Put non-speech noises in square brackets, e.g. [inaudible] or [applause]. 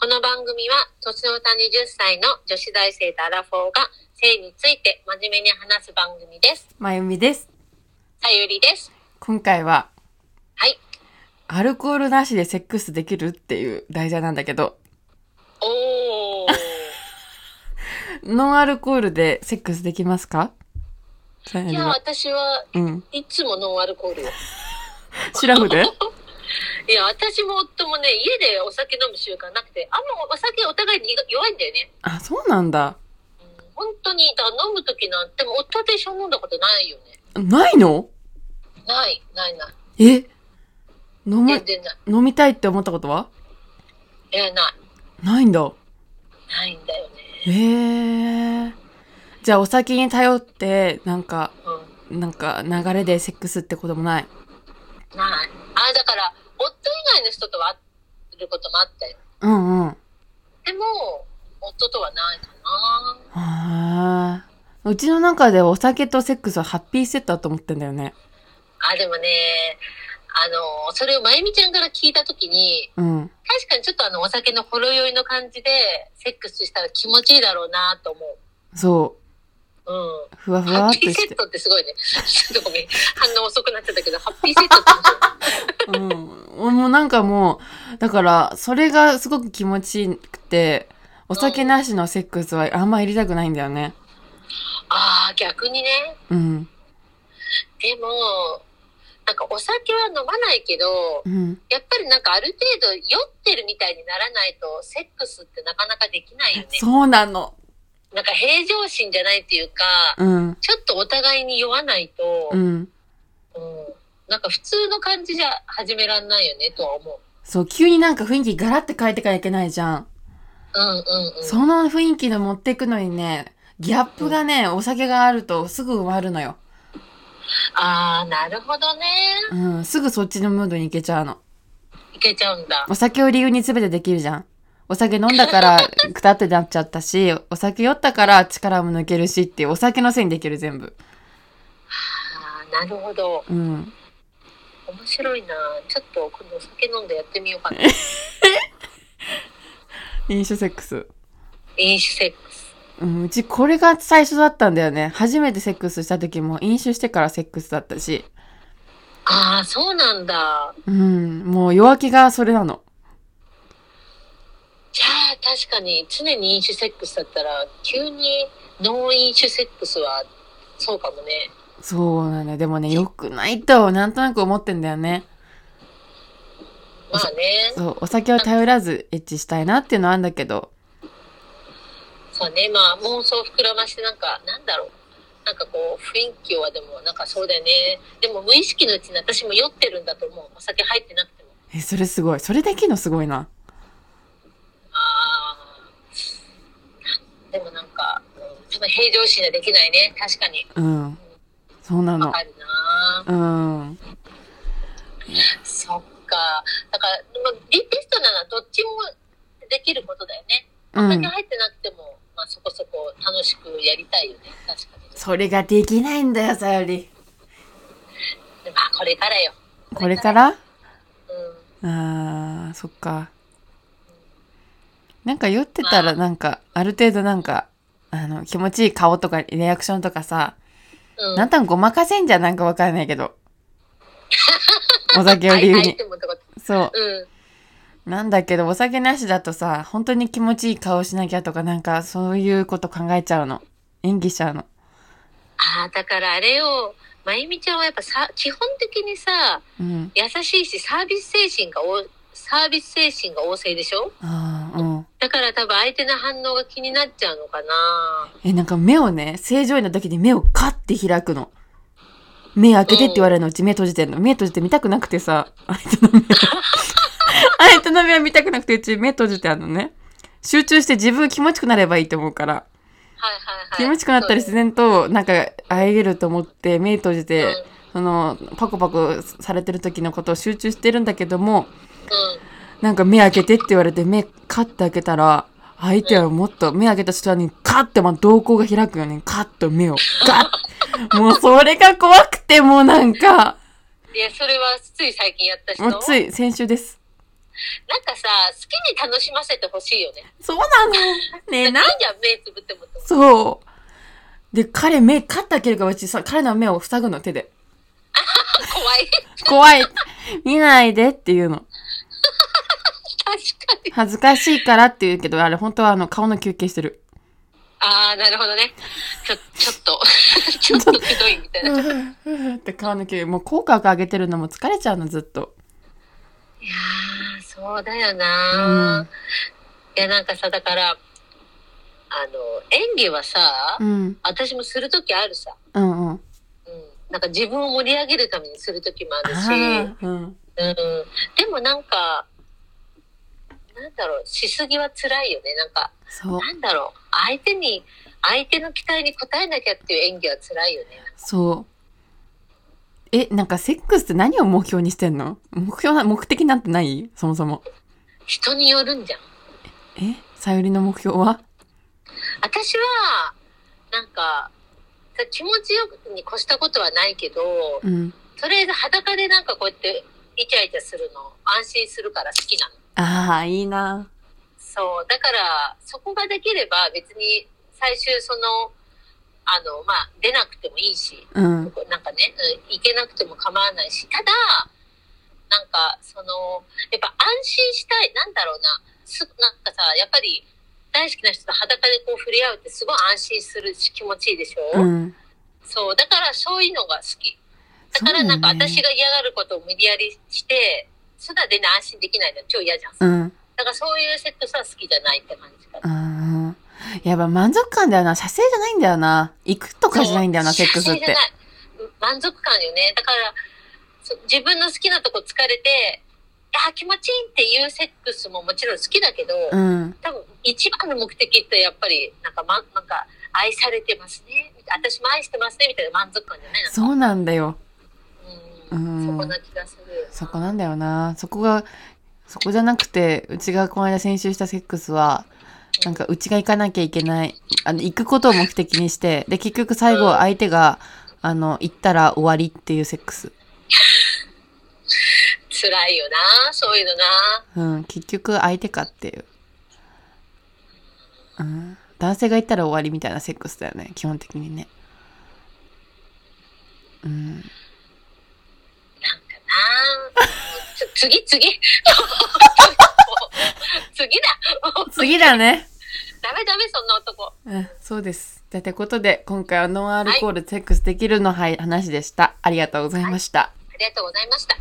番組は、年の歌20歳の女子大生とアラフォーが、性について真面目に話す番組です。まゆみです。さゆりです。今回は、はい。アルコールなしでセックスできるっていう題材なんだけど、おー。ノンアルコールでセックスできますかさゆいりや、は私は、うん。いつもノンアルコールよ。シラフでいや、私も夫もね、家でお酒飲む習慣なくて、あんまお酒お互いに弱いんだよね。あ、そうなんだ。うん本当に、だから飲むときなんて、でも夫と一緒に飲んだことないよね。ないのない、ない、ない。え飲む全、然ない。飲みたいって思ったことはいや、ない。ないんだ。ないんだよね。えー。じゃあお酒に頼って、なんか、うん。なんか流れでセックスってこともない。ない。あ、だから、夫以外の人とは会ることもあったよ。うんうん。でも、夫とはないかな。あーうちの中でお酒とセックスはハッピーセットだと思ってんだよね。あ、でもね、あの、それをまゆみちゃんから聞いたときに、うん。確かにちょっとあの、お酒のほろ酔いの感じで、セックスしたら気持ちいいだろうなと思う。そうんう。。ふわふハわっッとピーしセッて。トってすごいね。 [laughs] ちょっとごめん。反応遅くなっちゃったけど、ハッピーセットって面白いうん。もうなんかもう、だから、それがすごく気持ちいいくて、お酒なしのセックスはあんまやりたくないんだよね。ああ、逆にね。うん。でも、なんかお酒は飲まないけどう、ん。やっぱりなんかある程度酔ってるみたいにならないと、セックスってなかなかできないよね。そうなの。なんか平常心じゃないっていうか、うん。ちょっとお互いに酔わないと、ううんん。なんか普通の感じじゃ始めらんないよねとは思う。そう、急になんか雰囲気ガラって変えてからいけないじゃん。うんうんうん。その雰囲気で持っていくのにね、ギャップがね、お酒があるとすぐ埋まるのよ。ああ、なるほどね。うん。すぐそっちのムードに行けちゃうの。いけちゃうんだ。お酒を理由に全てできるじゃん。お酒飲んだ [laughs] から、くたってなっちゃったし、お酒酔ったから力も抜けるしっていう、お酒のせいにできる全部。ああ、なるほど。うん。面白いな。ちょっと今度お酒飲んでやってみようかな。飲酒セックス。飲酒セックス。うん、うちこれが最初だったんだよね。初めてセックスした時も飲酒してからセックスだったし。ああ、そうなんだ。うん、もう弱気がそれなの。じゃあ確かに常に飲酒セックスだったら急にノン飲酒セックスはそうかもね。そうなんだよ。でもね、良くないと、なんとなく思ってんだよね。まあね。そう、お酒を頼らずエッチしたいなっていうのはあるんだけど。そうね。まあ妄想膨らましてなんかなんだろう。なんかこう雰囲気はでもなんかそうだよね。でも無意識のうちに私も酔ってるんだと思う。お酒入ってなくても。え、それすごい。それできるのすごいな。ああ。でもなんか、うん、多分平常心はできないね。確かに。うん。そうなわのか。るな。うん。そっか。だから、まあ、リベストならどっちもできることだよね。うお酒ん。入ってなくても、まあそこそこ楽しくやりたいよね。確かに。それができないんだよ、さより。まあこれからよ。これからうん。あー、そっか。なんか酔ってたら、なんか、ある程度なんか、あの、気持ちいい顔とか、リアクションとかさ、うん。なんとなくごまかせんじゃんなんかわからないけ [laughs] ど。お酒をは理い由はいっに。てもってことそうん。う。なんだけど、お酒なしだとさ、本当に気持ちいい顔しなきゃとか、なんか、そういうこと考えちゃうの。演技しちゃうの。ああ、だからあれよ。まゆみちゃんはやっぱさ、基本的にさ、うん。優しいし、サービス精神がお、サービス精神が旺盛でしょあー、うん。だから多分相手の反応が気になっちゃうのかな。え、なんか目をね、正常位の時に目をカッて開くの。目開けてって言われるのうち目閉じてんの。目閉じて見たくなくてさ、相手 [laughs] の目を。相手の目は見たくなくてうち目閉じてあんのね。集中して自分気持ちくなればいいと思うから。はいはいはい。気持ちくなったり自ね。然と、なんか、あえげると思って、目閉じうん。うて、その、パコパコされてる時のことを集中してるんだけども、ん。なんか目開けてって言われて、目カッて開けたら、相手はもっと目開けた人にカッて、まあ、瞳孔が開くよね。カッと目をガッもうそれが怖くて、もうなんか、いや、それはつい最近やった人もうつい先週です。なんかさ、好きに楽しませてほしいよね。そうなの。ねえ、なん何や目つぶってもと思う。そう。で、彼目、カッター切るから、うちさ、彼の目を塞ぐの、手で。怖い。 [laughs] 怖い。見ないでっていうの。確かに。恥ずかしいからって言うけど、あれ本当はあの顔の休憩してる。ああ、なるほどね。ちょ、ちょっと、 [laughs] ちょっとひどいみたいな。い [laughs] って顔の休憩。もう口角上げてるのも疲れちゃうの、ずっと。やー、そうだような、ん。いや、なんかさ、だから、あの、演技はさ、うん。私もするときあるさ。うんうん。うん。なんか自分を盛り上げるためにするときもあるし、ああ、うん。うん。でもなんか、なんだろう、しすぎは辛いよね。なんか、そう。なんだろう、相手に、相手の期待に応えなきゃっていう演技は辛いよね。そう。え、なんかセックスって何を目標にしてんの目標な、目的なんてないそもそも。人によるんじゃん。えさゆりの目標は私は、なんか、気持ちよくに越したことはないけど、うん。とりあえず裸でなんかこうやってイチャイチャするの安心するから好きなの。ああ、いいな。そう。だから、そこができれば別に最終その、あの、まあ、出なくてもいいし、うん。なんかね、うん、行けなくても構わないし、ただ、なんか、その、やっぱ安心したい、なんだろうな、すなんかさ、やっぱり大好きな人と裸でこう触れ合うってすごい安心するし気持ちいいでしょ、うん。そう、だからそういうのが好き。だからそうなだんねか私が嫌がることを無理やりして、素だでね、安心できないの超嫌じゃん。だうん。からそういうセットさ、好きじゃないって感じかな。うん。やっぱ満足感だよな。射精じゃないんだよな。行くとかじゃないんだよな、セそうックスっ幸せじゃて。ない満足感よね。だから、そ自分の好きなとこ疲れて、あー気持ちいいっていうセックスももちろん好きだけど、うん。多分一番の目的ってやっぱり、なんか、ま、なんか、愛されてますね。みたいな私も愛してますね。みたいな満足感じゃないなんかそうなんだよ。う。うんんそこな気がする。そこなんだよな。そこが、そこじゃなくて、うちがこの間先週したセックスは、なんかうちが行かなきゃいけない、あの、行くことを目的にして、で、結局最後相手が、あの、行ったら終わりっていうセックス。辛いよな。そういうのな。うん、結局相手かっていう。うん。男性が行ったら終わりみたいなセックスだよね、基本的にね。うん。なんかな。つ次、次。 [laughs] もう次だ。もう次だね。ダメダメ、そんな男。うん、そうです。ということで、今回はノンアルコールセックスできるの、はい、話でした。ありがとうございました。ありがとうございました。